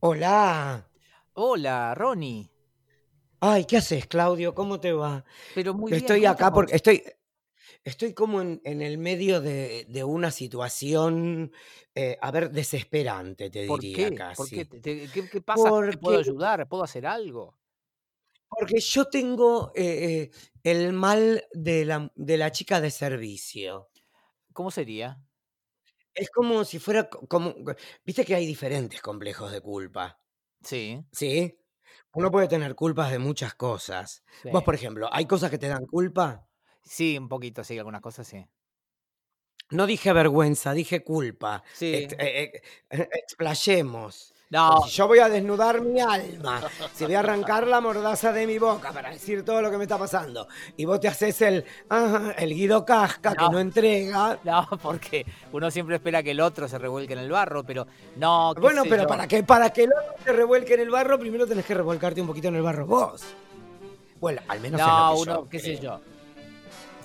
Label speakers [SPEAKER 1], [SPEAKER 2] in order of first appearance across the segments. [SPEAKER 1] Hola.
[SPEAKER 2] Hola, Ronnie.
[SPEAKER 1] Ay, ¿qué haces, Claudio? ¿Cómo te va?
[SPEAKER 2] Pero muy bien,
[SPEAKER 1] Estoy
[SPEAKER 2] ¿cómo
[SPEAKER 1] acá
[SPEAKER 2] estamos?
[SPEAKER 1] porque estoy, estoy como en, en el medio de, de una situación, eh, a ver, desesperante, te
[SPEAKER 2] ¿Por
[SPEAKER 1] diría
[SPEAKER 2] qué? ¿Por qué?
[SPEAKER 1] casi.
[SPEAKER 2] ¿Te- te- qué, qué pasa? ¿Te puedo
[SPEAKER 1] Porque,
[SPEAKER 2] ayudar? ¿Puedo hacer algo?
[SPEAKER 1] porque yo tengo eh, eh, el mal de la, de la chica de servicio.
[SPEAKER 2] ¿Cómo sería?
[SPEAKER 1] Es como si fuera, co- como, viste que hay diferentes complejos de culpa.
[SPEAKER 2] Sí,
[SPEAKER 1] ¿Sí? Uno puede tener culpas de muchas cosas. Vos,
[SPEAKER 2] sí.
[SPEAKER 1] por ejemplo, ¿hay cosas que te dan culpa?
[SPEAKER 2] Sí, un poquito, sí, algunas cosas sí.
[SPEAKER 1] No dije vergüenza, dije culpa.
[SPEAKER 2] Sí. Ah.
[SPEAKER 1] Ex- eh, eh, explayemos. Porque si
[SPEAKER 2] No,
[SPEAKER 1] yo voy a desnudar mi alma, si voy a arrancar la mordaza de mi boca para decir todo lo que me está pasando, y vos te haces el, "Ajá", el Guido Casca que
[SPEAKER 2] no,
[SPEAKER 1] no entrega,
[SPEAKER 2] no, porque uno siempre espera que el otro se revuelque en el barro, pero no, qué
[SPEAKER 1] bueno,
[SPEAKER 2] sé
[SPEAKER 1] pero
[SPEAKER 2] yo.
[SPEAKER 1] para que, para que el otro se revuelque en el barro, primero tenés que revolcarte un poquito en el barro vos. Bueno, al menos es lo que
[SPEAKER 2] No,
[SPEAKER 1] yo
[SPEAKER 2] uno, qué sé
[SPEAKER 1] creo.
[SPEAKER 2] yo.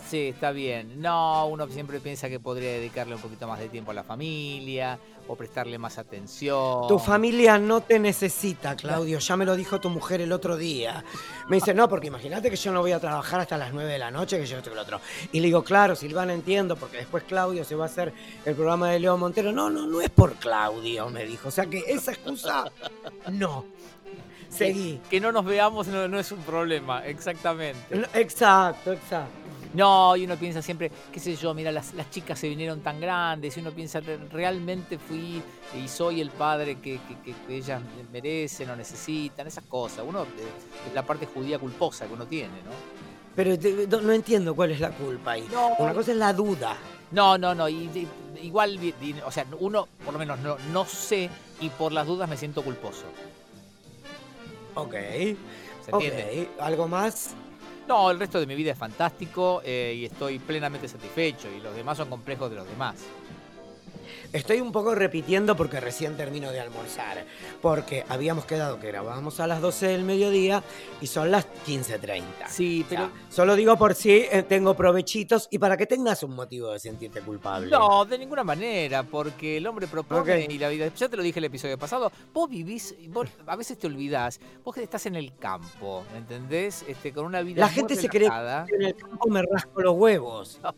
[SPEAKER 2] Sí, está bien. No, uno siempre piensa que podría dedicarle un poquito más de tiempo a la familia o prestarle más
[SPEAKER 1] Tu
[SPEAKER 2] atención.
[SPEAKER 1] familia no te necesita,
[SPEAKER 2] No,
[SPEAKER 1] Claudio. Ya me lo dijo tu mujer el otro día. Me dice, no, porque imagínate que yo no voy a trabajar hasta las 9 de la noche, que yo estoy con el otro. Y le digo, claro, Silvana, entiendo, porque después Claudio se va a hacer el programa de Leo Montero. No, no, no es por Claudio, me dijo. O sea que esa excusa, no.
[SPEAKER 2] que,
[SPEAKER 1] Seguí.
[SPEAKER 2] que no nos veamos no, no es un problema, exactamente.
[SPEAKER 1] No, exacto, exacto.
[SPEAKER 2] No, y uno piensa siempre, qué sé yo, mira, las, las chicas se vinieron tan grandes, y uno piensa, "Re- realmente fui y soy el padre que, que- que- que ellas me- merecen o necesitan, esas cosas. Uno, eh, es la parte judía culposa que uno tiene, ¿no?
[SPEAKER 1] Pero te- no, no entiendo cuál es la culpa ahí. Una
[SPEAKER 2] No,
[SPEAKER 1] cosa es la duda.
[SPEAKER 2] No, no, no. Y, y- igual, vi- di- o sea, uno, por lo menos, no, no sé y por las dudas me siento culposo.
[SPEAKER 1] Ok,
[SPEAKER 2] ¿Se
[SPEAKER 1] ok.
[SPEAKER 2] entiende?
[SPEAKER 1] ¿Algo más?
[SPEAKER 2] No, el resto de mi vida es fantástico eh, y estoy plenamente satisfecho y los demás son complejos de los demás.
[SPEAKER 1] Estoy un poco repitiendo porque recién termino de almorzar, porque habíamos quedado que grabábamos a las 12 del mediodía y son las 15.30.
[SPEAKER 2] Sí,
[SPEAKER 1] O sea,
[SPEAKER 2] pero
[SPEAKER 1] solo digo por si eh, tengo provechitos y para que tengas un motivo de sentirte culpable.
[SPEAKER 2] no, de ninguna manera, porque el hombre propone
[SPEAKER 1] Ok,
[SPEAKER 2] y la vida. Ya te lo dije el episodio pasado. Vos vivís, vos a veces te olvidás, vos que estás en el campo, ¿me entendés? Este, con una vida
[SPEAKER 1] la
[SPEAKER 2] muy
[SPEAKER 1] gente se cree
[SPEAKER 2] relajada.
[SPEAKER 1] que en el campo me rasco los huevos.
[SPEAKER 2] No,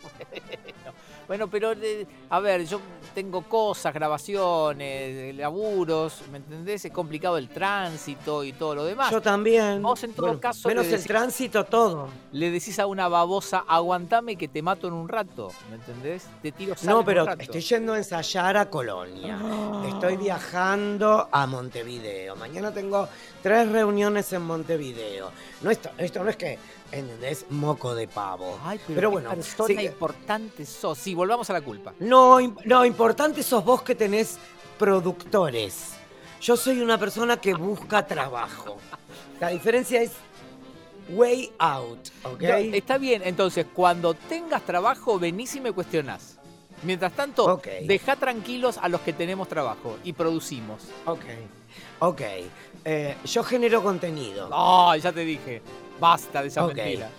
[SPEAKER 2] Bueno, Bueno, pero eh, a ver, yo tengo cosas, grabaciones, eh, laburos, ¿me entendés? Es complicado el tránsito y todo lo demás.
[SPEAKER 1] Yo también,
[SPEAKER 2] Vos en todo
[SPEAKER 1] bueno,
[SPEAKER 2] caso le
[SPEAKER 1] menos el
[SPEAKER 2] decís,
[SPEAKER 1] tránsito, todo.
[SPEAKER 2] le decís a una babosa, aguantame que te mato en un rato, ¿me entendés? Te tiro sal
[SPEAKER 1] No,
[SPEAKER 2] en un
[SPEAKER 1] pero estoy
[SPEAKER 2] rato.
[SPEAKER 1] yendo a ensayar a Colonia. Estoy
[SPEAKER 2] Ah.
[SPEAKER 1] viajando a Montevideo. Mañana tengo tres reuniones en Montevideo. No esto, esto no es que, ¿entendés? Moco de pavo.
[SPEAKER 2] Ay, pero
[SPEAKER 1] Pero
[SPEAKER 2] qué
[SPEAKER 1] bueno,
[SPEAKER 2] persona
[SPEAKER 1] sí,
[SPEAKER 2] importante sos. Sí, volvamos a la culpa.
[SPEAKER 1] no, im- no, importante sos vos que tenés productores. Yo soy una persona que busca trabajo. La diferencia es way out, ¿ok?
[SPEAKER 2] No, está bien, entonces, cuando tengas trabajo, venís y me cuestionás. Mientras tanto,
[SPEAKER 1] Ok.
[SPEAKER 2] dejá tranquilos a los que tenemos trabajo y producimos.
[SPEAKER 1] Ok, ok. Eh, yo genero contenido.
[SPEAKER 2] ¡Ay, ya te dije! Basta de esa
[SPEAKER 1] Ok.
[SPEAKER 2] mentira.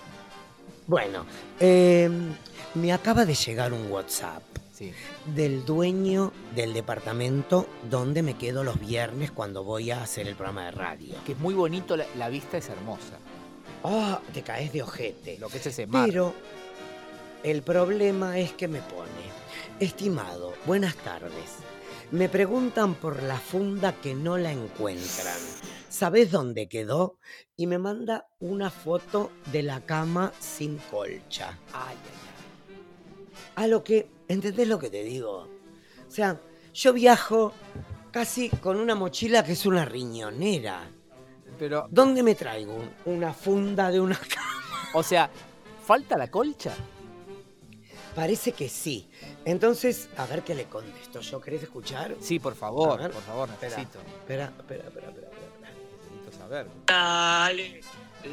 [SPEAKER 1] Bueno, em, me acaba de llegar un WhatsApp
[SPEAKER 2] Sí.
[SPEAKER 1] del dueño del departamento donde me quedo los viernes cuando voy a hacer el programa de radio.
[SPEAKER 2] Que es muy bonito, la, la vista es hermosa.
[SPEAKER 1] Ah, te caes de ojete.
[SPEAKER 2] Lo que es ese mar.
[SPEAKER 1] Pero el problema es que me pone. Estimado, buenas tardes. Me preguntan por la funda que no la encuentran. ¿Sabés dónde quedó? Y me manda una foto de la cama sin colcha.
[SPEAKER 2] Ay, ay, ay.
[SPEAKER 1] A lo que, ¿entendés lo que te digo? O sea, yo viajo casi con una mochila que es una riñonera.
[SPEAKER 2] Pero,
[SPEAKER 1] ¿Dónde me traigo un- una funda de una ca-
[SPEAKER 2] o sea, ¿falta la colcha?
[SPEAKER 1] Parece que sí. Entonces, a ver qué le contesto yo. ¿Querés escuchar?
[SPEAKER 2] Sí, por
[SPEAKER 1] A
[SPEAKER 2] favor,
[SPEAKER 1] ver,
[SPEAKER 2] por favor,
[SPEAKER 1] espera,
[SPEAKER 2] necesito.
[SPEAKER 1] espera, espera, espera, espera, espera. espera.
[SPEAKER 2] Necesito saber.
[SPEAKER 1] Dale.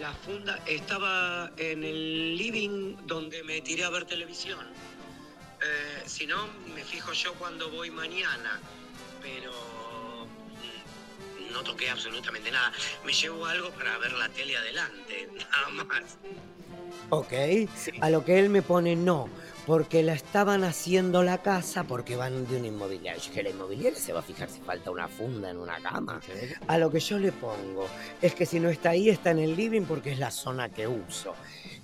[SPEAKER 1] La funda estaba en el living donde me tiré a ver televisión. Eh, si no, me fijo yo cuando voy mañana. Pero mm, no toqué absolutamente nada. Me llevo algo para ver la tele adelante, nada más. Ok,
[SPEAKER 2] Sí.
[SPEAKER 1] a lo que él me pone no. porque la estaban haciendo la casa porque van de una inmobiliaria. Yo dije, la inmobiliaria se va a fijar si falta una funda en una cama. A lo que yo le pongo es que si no está ahí, está en el living porque es la zona que uso.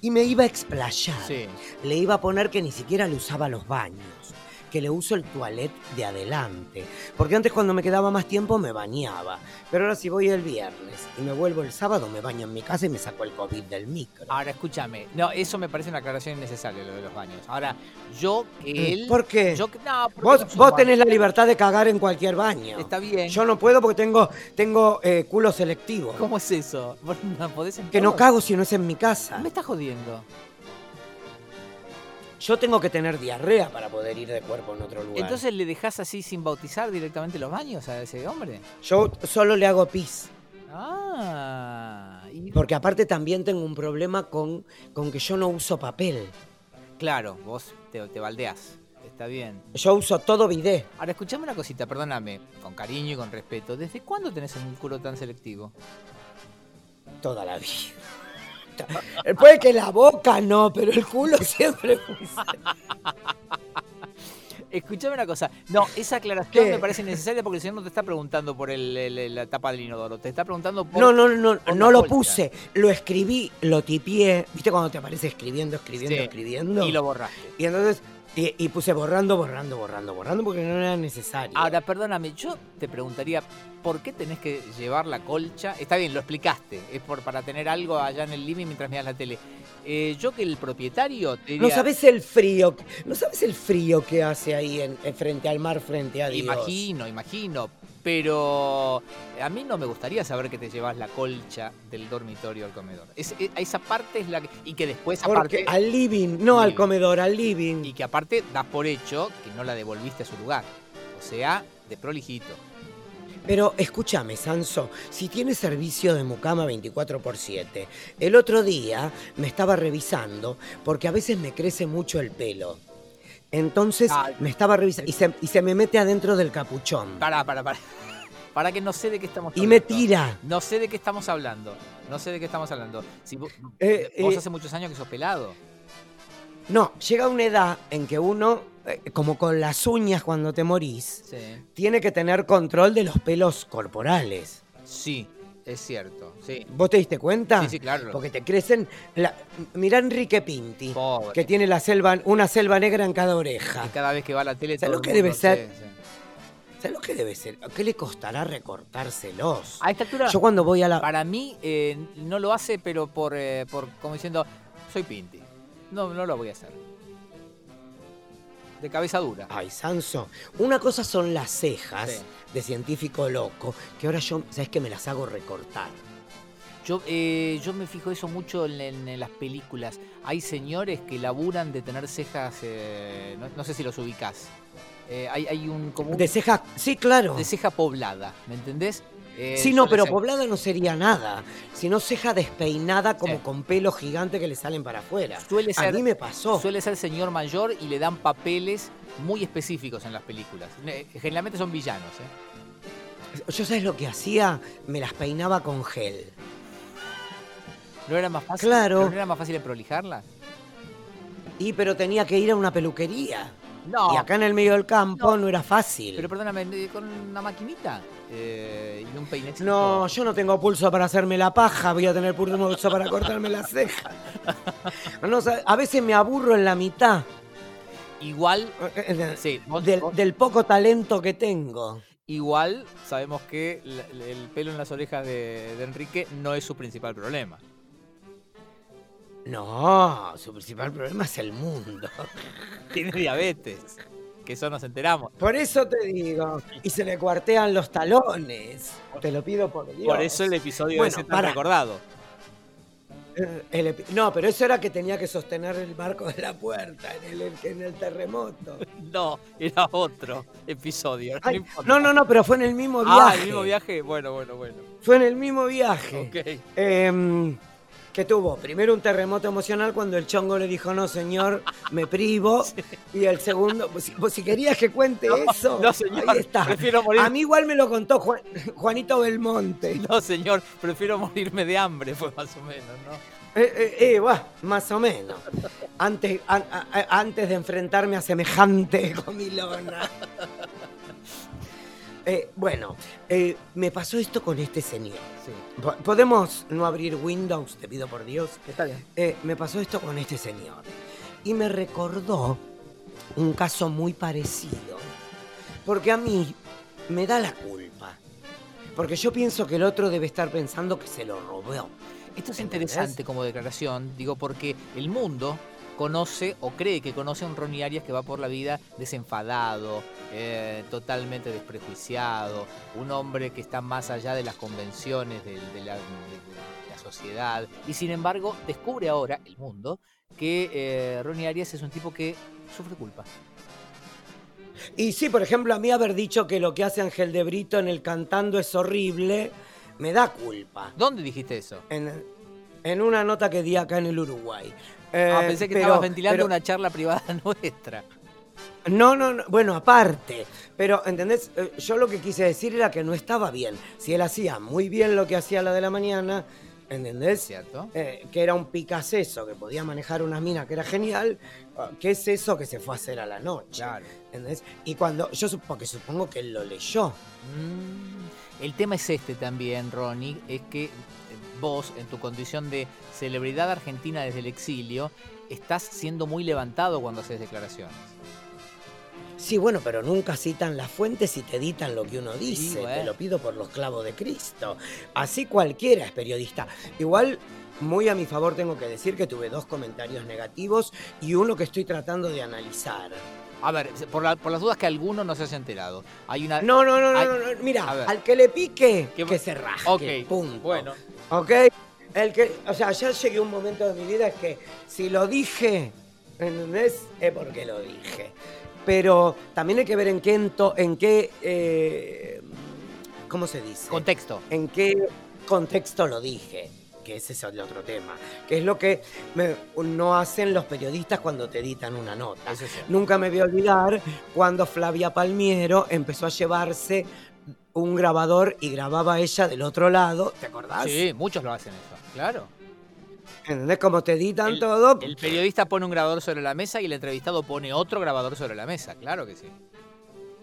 [SPEAKER 1] Y me iba a explayar.
[SPEAKER 2] Sí.
[SPEAKER 1] Le iba a poner que ni siquiera le usaba los baños que le uso el toilet de adelante. Porque antes cuando me quedaba más tiempo me bañaba. Pero ahora si voy el viernes y me vuelvo el sábado, me baño en mi casa y me saco el COVID del micro.
[SPEAKER 2] Ahora, escúchame. No, eso me parece una aclaración innecesaria, lo de los baños. Ahora, yo que él.
[SPEAKER 1] Mm, ¿Por qué?
[SPEAKER 2] Yo que. No, porque no
[SPEAKER 1] Vos,
[SPEAKER 2] uso
[SPEAKER 1] vos
[SPEAKER 2] baño.
[SPEAKER 1] tenés la libertad de cagar en cualquier baño.
[SPEAKER 2] Está bien.
[SPEAKER 1] Yo no puedo porque tengo, tengo eh, culo selectivo.
[SPEAKER 2] ¿Cómo es eso? ¿Vos no podés en
[SPEAKER 1] Que no
[SPEAKER 2] todos?
[SPEAKER 1] cago si no es en mi casa.
[SPEAKER 2] Me estás jodiendo.
[SPEAKER 1] Yo tengo que tener diarrea para poder ir de cuerpo en otro lugar.
[SPEAKER 2] Entonces le dejás así sin bautizar directamente los baños a ese hombre.
[SPEAKER 1] Yo solo le hago pis.
[SPEAKER 2] Ah. y-
[SPEAKER 1] Porque aparte también tengo un problema con, con que yo no uso papel.
[SPEAKER 2] Claro, vos te, te baldeás. Está bien.
[SPEAKER 1] Yo uso todo bidet.
[SPEAKER 2] Ahora, escuchame una cosita, perdóname, con cariño y con respeto. ¿Desde cuándo tenés un culo tan selectivo?
[SPEAKER 1] Toda la vida. Eh, Puede que la boca no, pero el culo siempre.
[SPEAKER 2] Escuchame una cosa. No, esa aclaración
[SPEAKER 1] ¿Qué?
[SPEAKER 2] me parece necesaria porque el señor no te está preguntando por el- el- el- la tapa del inodoro. Te está preguntando por.
[SPEAKER 1] No, no, no,
[SPEAKER 2] Por
[SPEAKER 1] no
[SPEAKER 2] la
[SPEAKER 1] lo
[SPEAKER 2] bolsa.
[SPEAKER 1] puse. Lo escribí, lo tipié. ¿Viste cuando te aparece escribiendo, escribiendo,
[SPEAKER 2] Sí,
[SPEAKER 1] escribiendo?
[SPEAKER 2] Y lo borraste.
[SPEAKER 1] Y entonces. Y, y puse borrando, borrando, borrando, borrando porque no era necesario.
[SPEAKER 2] Ahora, perdóname, yo te preguntaría, ¿por qué tenés que llevar la colcha? Está bien, lo explicaste. Es por para tener algo allá en el living mientras miras la tele. Eh, yo que el propietario te
[SPEAKER 1] No
[SPEAKER 2] diría,
[SPEAKER 1] sabes el frío, no sabes el frío que hace ahí en, en frente al mar, frente a Dios.
[SPEAKER 2] Imagino, imagino. Pero a mí no me gustaría saber que te llevas la colcha del dormitorio al comedor. Es, es- esa parte es la que. Y que después,
[SPEAKER 1] Porque
[SPEAKER 2] aparte.
[SPEAKER 1] al living, no al
[SPEAKER 2] Living.
[SPEAKER 1] comedor, al living.
[SPEAKER 2] Y que aparte das por hecho que no la devolviste a su lugar. O sea, de prolijito.
[SPEAKER 1] Pero escúchame, Sanso, si tienes servicio de mucama 24 por 7, el otro día me estaba revisando porque a veces me crece mucho el pelo. Entonces
[SPEAKER 2] Ay.
[SPEAKER 1] me estaba revisando y se, y se me mete adentro del capuchón.
[SPEAKER 2] Para, para, para. Para que no sé de qué estamos
[SPEAKER 1] Y me
[SPEAKER 2] hablando.
[SPEAKER 1] tira.
[SPEAKER 2] No sé de qué estamos hablando. No sé de qué estamos hablando. Si vo- vos,
[SPEAKER 1] Eh, eh.
[SPEAKER 2] hace muchos años que sos pelado.
[SPEAKER 1] No, llega una edad en que uno, eh, como con las uñas cuando te morís,
[SPEAKER 2] Sí.
[SPEAKER 1] tiene que tener control de los pelos corporales.
[SPEAKER 2] Sí, es cierto. Sí.
[SPEAKER 1] ¿Vos te diste cuenta?
[SPEAKER 2] Sí, sí, claro.
[SPEAKER 1] Porque te crecen... la- Mirá Enrique Pinti,
[SPEAKER 2] Pobre.
[SPEAKER 1] que tiene la selva, una selva negra en cada oreja.
[SPEAKER 2] Y cada vez que va a la tele.
[SPEAKER 1] ¿Sabés
[SPEAKER 2] todo
[SPEAKER 1] lo
[SPEAKER 2] el
[SPEAKER 1] que debe
[SPEAKER 2] mundo-
[SPEAKER 1] ser?
[SPEAKER 2] sí, sí.
[SPEAKER 1] ¿Sabes lo que debe ser? ¿Qué le costará recortárselos?
[SPEAKER 2] A esta altura,
[SPEAKER 1] Yo cuando voy a la...
[SPEAKER 2] para mí, eh, no lo hace, pero por, eh, por como diciendo, soy Pinti. No, no lo voy a hacer. De cabeza dura.
[SPEAKER 1] Ay, Sanso, una cosa son las cejas
[SPEAKER 2] Sí.
[SPEAKER 1] de científico loco, que ahora yo, ¿sabes que Me las hago recortar.
[SPEAKER 2] Yo, eh, yo me fijo eso mucho en, en- en las películas. Hay señores que laburan de tener cejas, eh, no, no sé si los ubicás. Eh, hay, hay un como un-
[SPEAKER 1] De cejas, sí, claro.
[SPEAKER 2] de ceja poblada, ¿me entendés? Eh,
[SPEAKER 1] sí, no,
[SPEAKER 2] suele
[SPEAKER 1] pero
[SPEAKER 2] ser-
[SPEAKER 1] poblada no sería nada, sino ceja despeinada como
[SPEAKER 2] Sí.
[SPEAKER 1] con pelos gigantes que le salen para afuera.
[SPEAKER 2] Suele
[SPEAKER 1] A
[SPEAKER 2] ser-
[SPEAKER 1] mí me pasó.
[SPEAKER 2] Suele ser señor mayor y le dan papeles muy específicos en las películas. Ne- eh, Generalmente son villanos, ¿eh?
[SPEAKER 1] Yo, ¿sabes lo que hacía? Me las peinaba con gel.
[SPEAKER 2] ¿No era más fácil?
[SPEAKER 1] Claro.
[SPEAKER 2] ¿pero ¿No era más fácil en prolijarla?
[SPEAKER 1] Y pero tenía que ir a una peluquería.
[SPEAKER 2] No.
[SPEAKER 1] Y acá en el medio del campo
[SPEAKER 2] No.
[SPEAKER 1] no, era fácil.
[SPEAKER 2] Pero perdóname, eh, con una maquinita eh, y un peinetito.
[SPEAKER 1] No, yo no tengo pulso para hacerme la paja, voy a tener pulso para cortarme la ceja. No, o sea, a veces me aburro en la mitad
[SPEAKER 2] Igual,
[SPEAKER 1] eh, eh,
[SPEAKER 2] sí, vos-
[SPEAKER 1] del,
[SPEAKER 2] vos-
[SPEAKER 1] del poco talento que tengo.
[SPEAKER 2] igual sabemos que la- el pelo en las orejas de, de Enrique no es su principal problema.
[SPEAKER 1] No, su principal problema es el mundo.
[SPEAKER 2] Tiene diabetes, que eso nos enteramos.
[SPEAKER 1] Por eso te digo, y se le cuartean los talones. Te lo pido por Dios.
[SPEAKER 2] Por eso el episodio
[SPEAKER 1] Bueno,
[SPEAKER 2] ese tan
[SPEAKER 1] pará.
[SPEAKER 2] recordado.
[SPEAKER 1] Eh, el epi- no, pero eso era que tenía que sostener el marco de la puerta en el, en el terremoto.
[SPEAKER 2] No, era otro episodio.
[SPEAKER 1] Ay,
[SPEAKER 2] importa.
[SPEAKER 1] no, no, no, pero fue en el mismo viaje.
[SPEAKER 2] Ah, el mismo viaje. Bueno, bueno, bueno.
[SPEAKER 1] Fue en el mismo viaje.
[SPEAKER 2] Ok.
[SPEAKER 1] Em, que tuvo primero un terremoto emocional cuando el chongo le dijo, no señor, me privo. Y el segundo, pues, si- pues, si querías que cuente eso,
[SPEAKER 2] no, señor,
[SPEAKER 1] ahí está.
[SPEAKER 2] prefiero morir.
[SPEAKER 1] A mí igual me lo contó Juan- Juanito Belmonte.
[SPEAKER 2] No, señor, prefiero morirme de hambre, fue más o menos, ¿no?
[SPEAKER 1] Eh, eh, eh, buah, más o menos. Antes, an- a- a- antes de enfrentarme a semejante comilona. Eh, bueno, eh, me pasó esto con este señor.
[SPEAKER 2] Sí,
[SPEAKER 1] Po- ¿Podemos no abrir Windows? Te pido por Dios.
[SPEAKER 2] está bien.
[SPEAKER 1] Eh, me pasó esto con este señor. Y me recordó un caso muy parecido. Porque a mí me da la culpa. Porque yo pienso que el otro debe estar pensando que se lo robó.
[SPEAKER 2] Esto es
[SPEAKER 1] ¿Entendés?
[SPEAKER 2] interesante como declaración, digo, porque el mundo conoce o cree que conoce a un Ronnie Arias que va por la vida desenfadado, eh, totalmente desprejuiciado, un hombre que está más allá de las convenciones del- de, la, de- de la sociedad. Y sin embargo, descubre ahora el mundo que eh, Ronnie Arias es un tipo que sufre culpa.
[SPEAKER 1] Y sí, por ejemplo, a mí haber dicho que lo que hace Ángel de Brito en el cantando es horrible, me da culpa.
[SPEAKER 2] ¿Dónde dijiste eso?
[SPEAKER 1] En, en una nota que di acá en el Uruguay.
[SPEAKER 2] Ah,
[SPEAKER 1] Eh,
[SPEAKER 2] pensé que
[SPEAKER 1] pero-
[SPEAKER 2] estabas ventilando
[SPEAKER 1] pero-
[SPEAKER 2] una charla privada nuestra.
[SPEAKER 1] No, no, no, bueno, aparte. Pero, ¿entendés? Eh, Yo lo que quise decir era que no estaba bien. Si él hacía muy bien lo que hacía a la de la mañana, ¿entendés?
[SPEAKER 2] ¿Cierto?
[SPEAKER 1] Eh, que era un picaceso, que podía manejar unas minas, que era genial. ah, ¿Qué es eso que se fue a hacer a la noche? ¿Entendés? Y cuando, yo sup- porque supongo que él lo leyó.
[SPEAKER 2] Mm, El tema es este también, Ronnie, es que eh, vos, en tu condición de celebridad argentina desde el exilio, estás siendo muy levantado cuando haces declaraciones.
[SPEAKER 1] Sí, bueno, pero nunca citan las fuentes y te editan lo que uno dice.
[SPEAKER 2] bueno.
[SPEAKER 1] Te lo pido por los clavos de Cristo. Así cualquiera es periodista. Igual, muy a mi favor tengo que decir que tuve dos comentarios negativos y uno que estoy tratando de analizar.
[SPEAKER 2] A ver, por, la- por las dudas que alguno no se haya enterado, Ah, hay una...
[SPEAKER 1] No, no, no, no,
[SPEAKER 2] Ay,
[SPEAKER 1] no, no. Mira,
[SPEAKER 2] a ver.
[SPEAKER 1] al que le pique,
[SPEAKER 2] Que-
[SPEAKER 1] que se raje.
[SPEAKER 2] Ok,
[SPEAKER 1] punto.
[SPEAKER 2] bueno.
[SPEAKER 1] ¿Ok? El que, o sea, ya llegué a un momento de mi vida que si lo dije, ¿entendés? Es porque lo dije. Pero también hay que ver en qué, ento- en qué eh, ¿cómo se dice?
[SPEAKER 2] Contexto.
[SPEAKER 1] en qué contexto lo dije, que ese es el otro tema, que es lo que me- no hacen los periodistas cuando te editan una nota.
[SPEAKER 2] Eso es cierto.
[SPEAKER 1] Nunca me voy a olvidar cuando Flavia Palmiero empezó a llevarse un grabador y grababa ella del otro lado, ¿te acordás?
[SPEAKER 2] Sí, muchos lo hacen eso, claro.
[SPEAKER 1] ¿Entendés cómo te editan todo?
[SPEAKER 2] El periodista pone un grabador sobre la mesa y el entrevistado pone otro grabador sobre la mesa, claro que sí.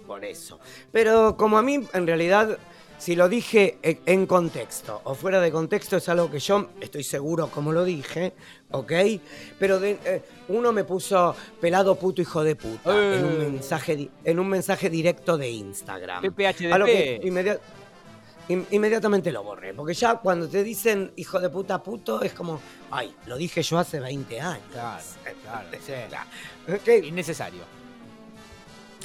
[SPEAKER 1] Por eso. Pero como a mí, en realidad, si lo dije e- en contexto o fuera de contexto, es algo que yo estoy seguro como lo dije, ¿ok? Pero de- eh, uno me puso pelado puto hijo de puta
[SPEAKER 2] Eh.
[SPEAKER 1] en, un mensaje, di- en un mensaje directo de Instagram. A lo que
[SPEAKER 2] PPHDP.
[SPEAKER 1] inmedia- in- inmediatamente lo borré. Porque ya cuando te dicen hijo de puta puto, es como, ay, lo dije yo hace 20 años.
[SPEAKER 2] Claro, claro,
[SPEAKER 1] sí. Ok,
[SPEAKER 2] Innecesario.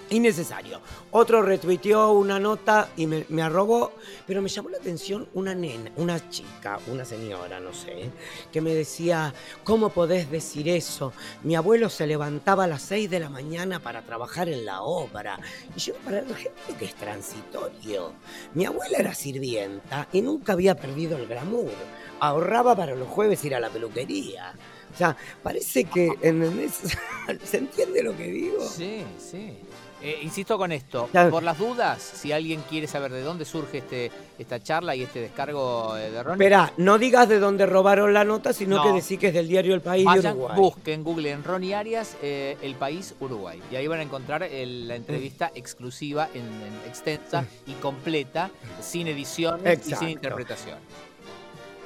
[SPEAKER 1] innecesario. Otro retuiteó una nota y me, me arrobó, pero me llamó la atención una nena, una chica, una señora, no sé, que me decía, ¿cómo podés decir eso? Mi abuelo se levantaba a las 6 de la mañana para trabajar en la obra. Y yo, para la gente que es transitorio, mi abuela era sirvienta y nunca había perdido el glamour. Ahorraba para los jueves ir a la peluquería. O sea, parece que en, en eso- se entiende lo que digo.
[SPEAKER 2] Sí, sí. Eh, insisto con esto,
[SPEAKER 1] Claro.
[SPEAKER 2] por las dudas, si alguien quiere saber de dónde surge este, esta charla y este descargo eh, de Ronnie,
[SPEAKER 1] Espera, no digas de dónde robaron la nota, sino
[SPEAKER 2] No.
[SPEAKER 1] que decís que es del diario El País de
[SPEAKER 2] vayan,
[SPEAKER 1] Uruguay.
[SPEAKER 2] busquen, googleen Ronnie Arias, eh, El País, Uruguay. Y ahí van a encontrar el- la entrevista exclusiva, en, en extensa y completa, sin ediciones y
[SPEAKER 1] Exacto.
[SPEAKER 2] sin interpretación.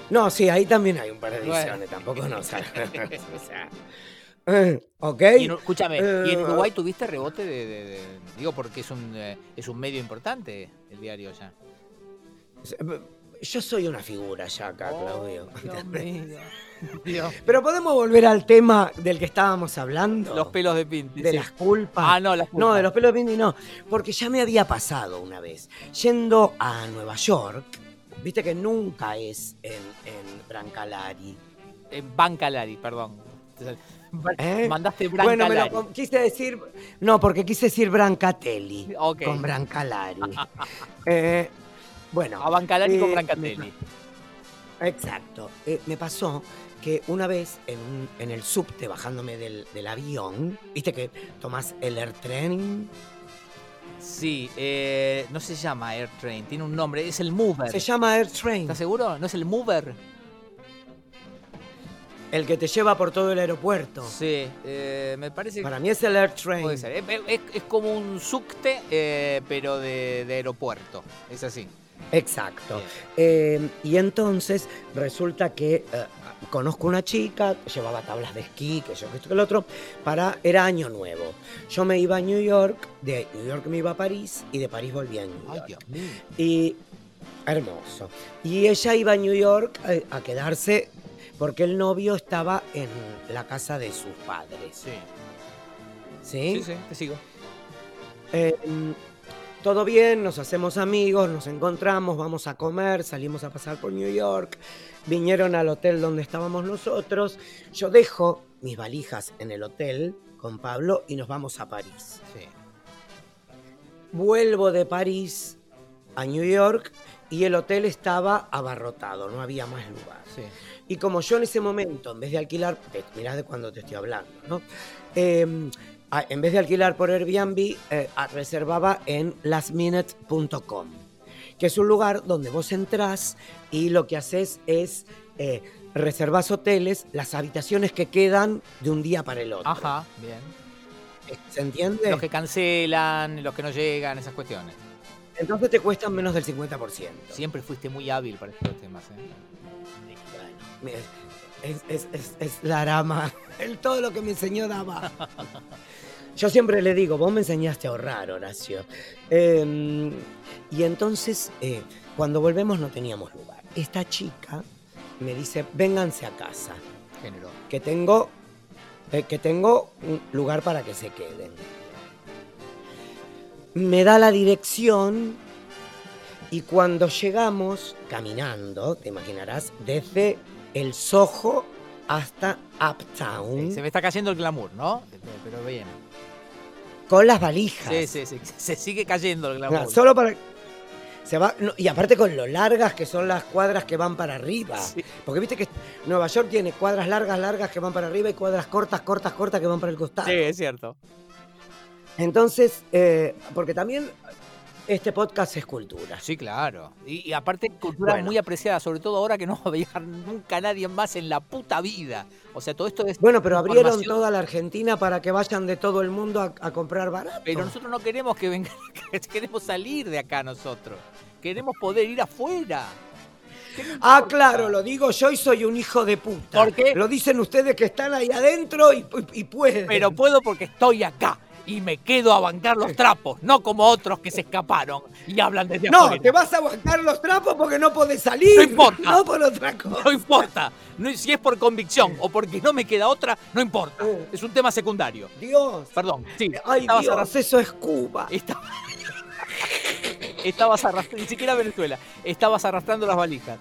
[SPEAKER 1] No, sí, ahí también hay un par de
[SPEAKER 2] Bueno.
[SPEAKER 1] ediciones, tampoco no. O sea, o sea, eh, ¿Ok?
[SPEAKER 2] Y en- escúchame, ¿y en
[SPEAKER 1] eh,
[SPEAKER 2] Uruguay tuviste rebote de...? de- de- digo, porque es un, eh, es un medio importante el diario ya.
[SPEAKER 1] Yo soy una figura ya acá, Claudio.
[SPEAKER 2] Oh, Dios mío. Dios.
[SPEAKER 1] Pero podemos volver al tema del que estábamos hablando.
[SPEAKER 2] Los pelos de Pinti.
[SPEAKER 1] de
[SPEAKER 2] sí.
[SPEAKER 1] las culpas.
[SPEAKER 2] Ah, no, las
[SPEAKER 1] No,
[SPEAKER 2] culpas.
[SPEAKER 1] de los pelos de Bindi no. Porque ya me había pasado una vez. Yendo a Nueva York, viste que nunca es en, en Brancalari.
[SPEAKER 2] En Bancalari, perdón. Ban-
[SPEAKER 1] ¿Eh?
[SPEAKER 2] Mandaste
[SPEAKER 1] Bueno,
[SPEAKER 2] Brancalari.
[SPEAKER 1] me lo com- quise decir. No, porque quise decir Brancatelli.
[SPEAKER 2] Ok.
[SPEAKER 1] Con Brancalari. Eh, bueno.
[SPEAKER 2] A Bancalari con
[SPEAKER 1] eh,
[SPEAKER 2] Brancatelli.
[SPEAKER 1] Exacto. Eh, me pasó que una vez en, un- en el subte bajándome del, del avión, viste que tomás el air tren.
[SPEAKER 2] Sí, eh, no se llama Air Train, tiene un nombre, es el Mover.
[SPEAKER 1] Se llama air train.
[SPEAKER 2] ¿Estás seguro? ¿No es el Mover?
[SPEAKER 1] El que te lleva por todo el aeropuerto.
[SPEAKER 2] Sí, eh, me parece
[SPEAKER 1] Para mí es el Air Train.
[SPEAKER 2] Puede ser. Es, es- es como un subte, eh, pero de, de aeropuerto. Es así.
[SPEAKER 1] Exacto. Eh, y entonces resulta que eh, conozco una chica, que llevaba tablas de esquí, que yo, que esto, que el otro, para, era año nuevo. Yo me iba a New York, de New York me iba a París y de París volví a New
[SPEAKER 2] Ay,
[SPEAKER 1] York.
[SPEAKER 2] Dios mío.
[SPEAKER 1] Y hermoso. Y ella iba a New York eh, a quedarse porque el novio estaba en la casa de sus padres.
[SPEAKER 2] Sí.
[SPEAKER 1] ¿Sí?
[SPEAKER 2] Sí, sí, te sigo.
[SPEAKER 1] Eh, mm, todo bien, nos hacemos amigos, nos encontramos, vamos a comer, salimos a pasar por New York, vinieron al hotel donde estábamos nosotros, yo dejo mis valijas en el hotel con Pablo y nos vamos a París.
[SPEAKER 2] Sí.
[SPEAKER 1] Vuelvo de París a New York y el hotel estaba abarrotado, no había más lugar.
[SPEAKER 2] Sí.
[SPEAKER 1] Y como yo en ese momento, en vez de alquilar, te- mirá de cuando te estoy hablando, ¿no? Eh, a- en vez de alquilar por Airbnb, eh, a- reservaba en lastminute.com, que es un lugar donde vos entrás y lo que haces es eh, reservas hoteles, las habitaciones que quedan de un día para el otro.
[SPEAKER 2] Ajá, bien.
[SPEAKER 1] ¿Se entiende?
[SPEAKER 2] Los que cancelan, los que no llegan, esas cuestiones.
[SPEAKER 1] Entonces te cuestan menos del 50%.
[SPEAKER 2] Siempre fuiste muy hábil para estos temas. ¿eh?
[SPEAKER 1] Bueno, es, es- es- es la rama, el todo lo que me enseñó Dama. Yo siempre le digo, vos me enseñaste a ahorrar, Horacio. Eh, y entonces, eh, cuando volvemos no teníamos lugar. Esta chica me dice, vénganse a casa,
[SPEAKER 2] Género.
[SPEAKER 1] que tengo, eh, que tengo un lugar para que se queden. Me da la dirección y cuando llegamos caminando, te imaginarás, desde el Soho hasta Uptown,
[SPEAKER 2] Sí, se me está cayendo el glamour, ¿no? Pero bien.
[SPEAKER 1] con las valijas.
[SPEAKER 2] Sí, sí, sí. Se sigue cayendo el
[SPEAKER 1] Nada,
[SPEAKER 2] glamour.
[SPEAKER 1] solo para. Se va, no, y aparte con lo largas que son las cuadras que van para arriba.
[SPEAKER 2] Sí.
[SPEAKER 1] Porque viste que Nueva York tiene cuadras largas, largas que van para arriba y cuadras cortas, cortas, cortas que van para el costado.
[SPEAKER 2] Sí, es cierto.
[SPEAKER 1] Entonces, eh, porque también este podcast es cultura.
[SPEAKER 2] Sí, claro. Y, y aparte, cultura
[SPEAKER 1] Bueno.
[SPEAKER 2] muy apreciada, sobre todo ahora que no va a viajar nunca nadie más en la puta vida. O sea, todo esto es.
[SPEAKER 1] Bueno, pero abrieron
[SPEAKER 2] información,
[SPEAKER 1] toda la Argentina para que vayan de todo el mundo a, a comprar barato.
[SPEAKER 2] Pero nosotros no queremos que vengan. que queremos salir de acá nosotros. Queremos poder ir afuera. ¿Qué nos
[SPEAKER 1] Ah,
[SPEAKER 2] importa?
[SPEAKER 1] claro, lo digo yo y soy un hijo de puta.
[SPEAKER 2] ¿Por qué?
[SPEAKER 1] Lo dicen ustedes que están ahí adentro y, y- y pueden.
[SPEAKER 2] Pero puedo porque estoy acá. Y me quedo a bancar los trapos, no como otros que se escaparon y hablan desde
[SPEAKER 1] No,
[SPEAKER 2] afuera.
[SPEAKER 1] te vas a aguantar los trapos porque no podés salir.
[SPEAKER 2] No importa.
[SPEAKER 1] No por otra cosa.
[SPEAKER 2] No importa. No, si es por convicción o porque no me queda otra, no importa.
[SPEAKER 1] Eh.
[SPEAKER 2] Es un tema secundario.
[SPEAKER 1] Dios.
[SPEAKER 2] Perdón. Sí.
[SPEAKER 1] Ay,
[SPEAKER 2] estabas
[SPEAKER 1] Dios,
[SPEAKER 2] arras-
[SPEAKER 1] eso es Cuba.
[SPEAKER 2] esta- Estabas arrastrando, ni siquiera Venezuela, estabas arrastrando las valijas.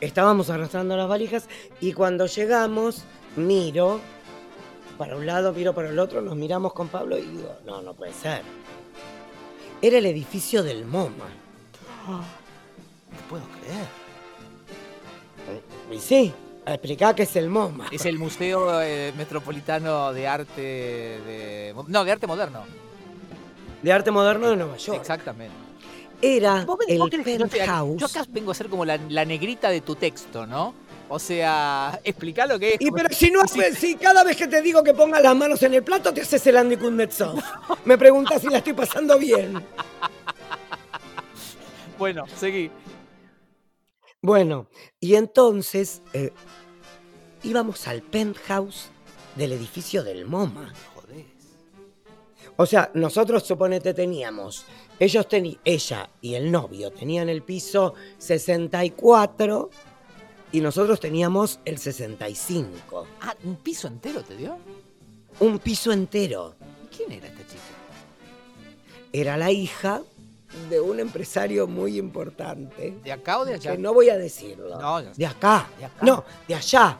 [SPEAKER 1] Estábamos arrastrando las valijas y cuando llegamos, miro para un lado, miro para el otro, nos miramos con Pablo y digo, no, no puede ser. Era el edificio del MoMA.
[SPEAKER 2] No puedo creer.
[SPEAKER 1] Y sí, explicá que es el MoMA.
[SPEAKER 2] Es el Museo eh, Metropolitano de Arte de... No, de Arte Moderno.
[SPEAKER 1] De arte moderno de Nueva York.
[SPEAKER 2] Exactamente.
[SPEAKER 1] Era
[SPEAKER 2] ¿Vos ven-
[SPEAKER 1] el
[SPEAKER 2] vos crees que yo estoy acá?
[SPEAKER 1] penthouse.
[SPEAKER 2] Yo acá vengo a ser como la, la negrita de tu texto, ¿no? O sea, explica lo que es.
[SPEAKER 1] Y pero si no, haces- si cada vez que te digo que pongas las manos en el plato, te haces el Andy Kuznetsov. Me preguntas si la estoy pasando bien.
[SPEAKER 2] Bueno, seguí.
[SPEAKER 1] Bueno, y entonces eh, íbamos al penthouse del edificio del MoMA.
[SPEAKER 2] Ah, Jodés.
[SPEAKER 1] O sea, nosotros suponete teníamos, ellos teni- ella y el novio tenían el piso 64 y nosotros teníamos el 65.
[SPEAKER 2] Ah, ¿un piso entero te dio?
[SPEAKER 1] Un piso entero.
[SPEAKER 2] ¿Y quién era este esta chica?
[SPEAKER 1] Era la hija de un empresario muy importante.
[SPEAKER 2] ¿De acá o de allá?
[SPEAKER 1] Que no voy a decirlo.
[SPEAKER 2] No, ya sé.
[SPEAKER 1] de acá.
[SPEAKER 2] De acá.
[SPEAKER 1] No, de allá.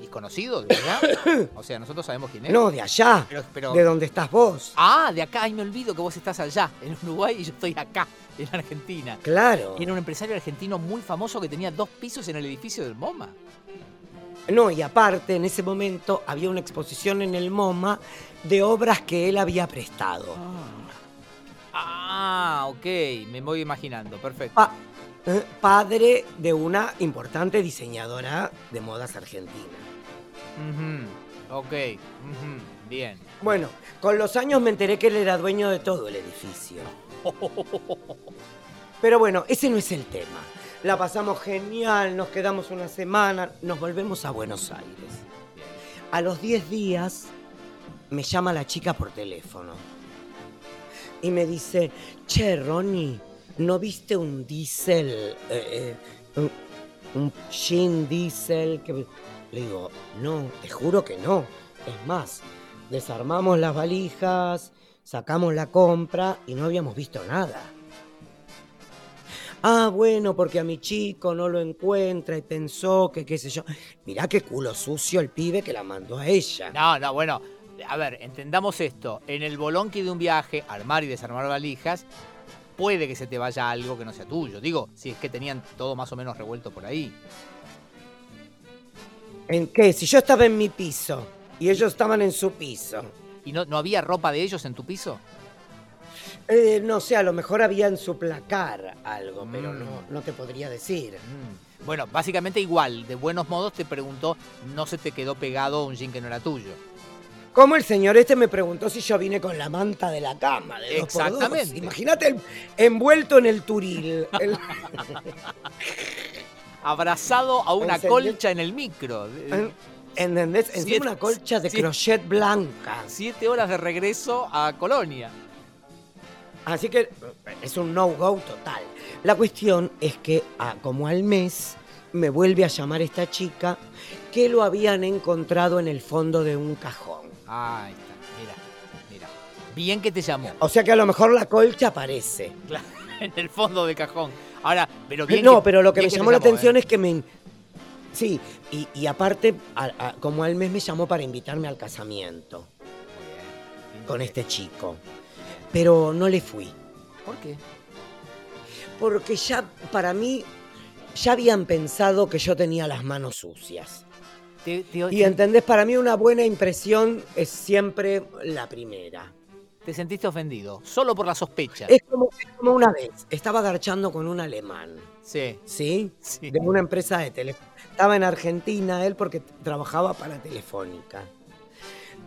[SPEAKER 2] ¿Y conocido de allá? o sea, nosotros sabemos quién es.
[SPEAKER 1] No, de allá.
[SPEAKER 2] Pero, pero-
[SPEAKER 1] De donde estás vos.
[SPEAKER 2] Ah, de acá. Ay, me olvido que vos estás allá, en Uruguay, y yo estoy acá, en Argentina.
[SPEAKER 1] Claro.
[SPEAKER 2] Era un empresario argentino muy famoso que tenía dos pisos en el edificio del MoMA.
[SPEAKER 1] No, y aparte, en ese momento había una exposición en el MoMA de obras que él había prestado.
[SPEAKER 2] Ah, ok. Me voy imaginando. Perfecto.
[SPEAKER 1] Pa- eh, padre de una importante diseñadora de modas argentina.
[SPEAKER 2] Ujú, Ok, ujú, bien.
[SPEAKER 1] Bueno, con los años me enteré que él era dueño de todo el edificio. Pero bueno, ese no es el tema. La pasamos genial, nos quedamos una semana, nos volvemos a Buenos Aires. A los 10 días me llama la chica por teléfono y me dice, che, Ronnie, ¿no viste un diésel? eh, eh, un, un Shin diesel? Que... Le digo, no, te juro que no. Es más, desarmamos las valijas, sacamos la compra y no habíamos visto nada. Ah, bueno, porque a mi chico no lo encuentra y pensó que qué sé yo. Mirá qué culo sucio el pibe que la mandó a ella.
[SPEAKER 2] No, no, bueno, a ver, entendamos esto. En el bolonqui de un viaje, armar y desarmar valijas, puede que se te vaya algo que no sea tuyo. Digo, si es que tenían todo más o menos revuelto por ahí.
[SPEAKER 1] ¿En qué? Si yo estaba en mi piso y ellos estaban en su piso.
[SPEAKER 2] ¿Y no, no había ropa de ellos en tu piso?
[SPEAKER 1] Eh, no sé, a lo mejor había en su placar algo, pero
[SPEAKER 2] Mm.
[SPEAKER 1] no, no te podría decir.
[SPEAKER 2] Mm. Bueno, básicamente igual, de buenos modos te preguntó, no se te quedó pegado un jean que no era tuyo.
[SPEAKER 1] Como el señor este me preguntó si yo vine con la manta de la cama. De dos por dos.
[SPEAKER 2] Exactamente.
[SPEAKER 1] Imagínate el- envuelto en el turil. El-
[SPEAKER 2] Abrazado a una
[SPEAKER 1] ¿Entendés?
[SPEAKER 2] colcha en el micro. Eh,
[SPEAKER 1] ¿Entendés? Encima
[SPEAKER 2] Siete-
[SPEAKER 1] una colcha de
[SPEAKER 2] sí.
[SPEAKER 1] crochet blanca.
[SPEAKER 2] Siete horas de regreso a Colonia.
[SPEAKER 1] Así que eh, es un no-go total. La cuestión es que ah, como al mes me vuelve a llamar esta chica que lo habían encontrado en el fondo de un cajón.
[SPEAKER 2] Ahí está, mira, mira. Bien que te llamó.
[SPEAKER 1] O sea que a lo mejor la colcha aparece.
[SPEAKER 2] Claro, en el fondo del cajón. Ahora, pero bien.
[SPEAKER 1] no, pero lo que me
[SPEAKER 2] bien
[SPEAKER 1] llamó la
[SPEAKER 2] te
[SPEAKER 1] atención
[SPEAKER 2] ¿eh?
[SPEAKER 1] es que me... Sí, y, y aparte, a- a- como al mes me llamó para invitarme al casamiento
[SPEAKER 2] Muy bien, bien
[SPEAKER 1] con
[SPEAKER 2] que-
[SPEAKER 1] este chico. Pero no le fui.
[SPEAKER 2] ¿Por qué?
[SPEAKER 1] Porque ya, para mí, ya habían pensado que yo tenía las manos sucias.
[SPEAKER 2] Te, te-
[SPEAKER 1] Y entendés, para mí una buena impresión es siempre la primera.
[SPEAKER 2] te sentiste ofendido. Solo por la sospecha.
[SPEAKER 1] Es como, es como una vez, estaba garchando con un alemán,
[SPEAKER 2] Sí.
[SPEAKER 1] ¿sí?
[SPEAKER 2] sí.
[SPEAKER 1] De una empresa de teléfono. Estaba en Argentina él porque t- trabajaba para Telefónica.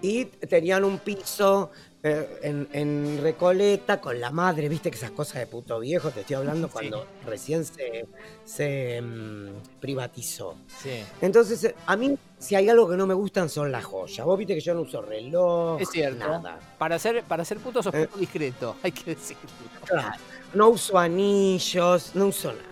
[SPEAKER 1] Y tenían un piso eh, en, en Recoleta con la madre, viste que esas cosas de puto viejo, te estoy hablando
[SPEAKER 2] Sí.
[SPEAKER 1] cuando recién se, se, mm, privatizó.
[SPEAKER 2] sí.
[SPEAKER 1] Entonces, eh, a mí, si hay algo que no me gustan son las joyas. Vos viste que yo no uso reloj,
[SPEAKER 2] Es cierto.
[SPEAKER 1] nada.
[SPEAKER 2] Para ser, para ser puto sos
[SPEAKER 1] Eh.
[SPEAKER 2] puto discreto, hay que decirlo.
[SPEAKER 1] Claro. No uso anillos, no uso nada.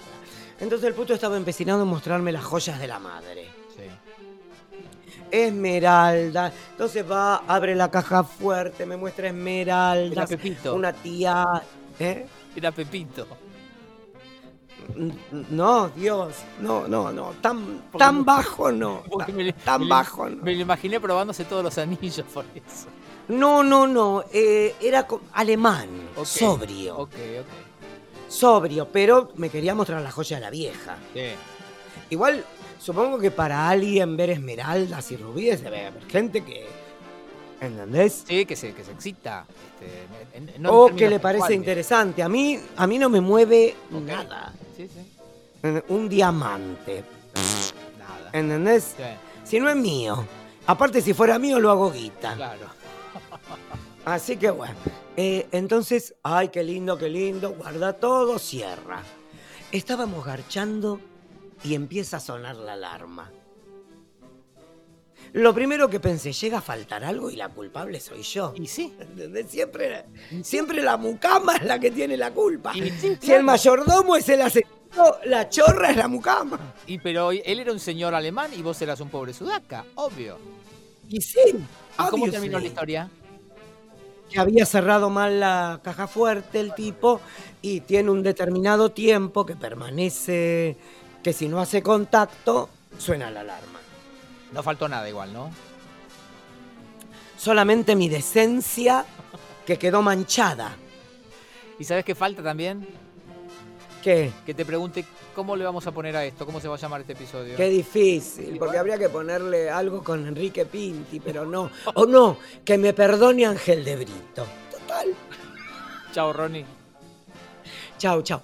[SPEAKER 1] Entonces el puto estaba empecinado en mostrarme las joyas de la madre.
[SPEAKER 2] Sí.
[SPEAKER 1] Esmeralda. Entonces va, abre la caja fuerte, me muestra
[SPEAKER 2] Era
[SPEAKER 1] esmeraldas.
[SPEAKER 2] Pepito.
[SPEAKER 1] Una tía. ¿eh?
[SPEAKER 2] Era Pepito.
[SPEAKER 1] N- No, Dios. No, no, no. Tan,
[SPEAKER 2] Porque me-
[SPEAKER 1] tan bajo no.
[SPEAKER 2] Porque
[SPEAKER 1] Tan-
[SPEAKER 2] me lo- me
[SPEAKER 1] Tan
[SPEAKER 2] lo-
[SPEAKER 1] bajo no.
[SPEAKER 2] Me lo imaginé probándose todos los anillos por eso.
[SPEAKER 1] No, no, no. eh, era co- alemán.
[SPEAKER 2] Ok.
[SPEAKER 1] Sobrio.
[SPEAKER 2] Ok, ok.
[SPEAKER 1] sobrio, pero me quería mostrar la joya de la vieja.
[SPEAKER 2] Sí.
[SPEAKER 1] Igual, supongo que para alguien ver esmeraldas y rubíes debe haber gente que. ¿Entendés?
[SPEAKER 2] Sí, que se, que se excita. este, en- en- no en
[SPEAKER 1] o que
[SPEAKER 2] términos
[SPEAKER 1] le parece
[SPEAKER 2] sexuales.
[SPEAKER 1] interesante. A mí, a mí no me mueve
[SPEAKER 2] Ok.
[SPEAKER 1] nada.
[SPEAKER 2] Sí, sí.
[SPEAKER 1] ¿Entendés? Un diamante.
[SPEAKER 2] Nada.
[SPEAKER 1] ¿Entendés?
[SPEAKER 2] Sí,
[SPEAKER 1] Si no es mío. Aparte, si fuera mío, lo hago guita.
[SPEAKER 2] claro.
[SPEAKER 1] Así que bueno, eh, entonces, ay, qué lindo, qué lindo, guarda todo, cierra. Estábamos garchando y empieza a sonar la alarma. Lo primero que pensé, llega a faltar algo y la culpable soy yo.
[SPEAKER 2] Y sí.
[SPEAKER 1] ¿Entendés? Siempre, siempre la mucama es la que tiene la culpa.
[SPEAKER 2] Y sí,
[SPEAKER 1] Ah. Si el
[SPEAKER 2] claro.
[SPEAKER 1] mayordomo es el asesino, la chorra es la mucama.
[SPEAKER 2] Y pero él era un señor alemán y vos eras un pobre sudaca, obvio.
[SPEAKER 1] Y sí.
[SPEAKER 2] ¿Y cómo
[SPEAKER 1] obviously.
[SPEAKER 2] terminó la historia?
[SPEAKER 1] que había cerrado mal la caja fuerte el tipo y tiene un determinado tiempo que permanece, que si no hace contacto, suena la alarma.
[SPEAKER 2] No faltó nada igual, ¿no?
[SPEAKER 1] Solamente mi decencia que quedó manchada.
[SPEAKER 2] ¿Y sabes qué falta también?
[SPEAKER 1] ¿Qué?
[SPEAKER 2] Que te pregunte cómo le vamos a poner a esto, cómo se va a llamar este episodio.
[SPEAKER 1] Qué difícil, porque habría que ponerle algo con Enrique Pinti, pero no. O no, que me perdone Ángel de Brito. Total.
[SPEAKER 2] Chao, Ronnie.
[SPEAKER 1] Chau, chau.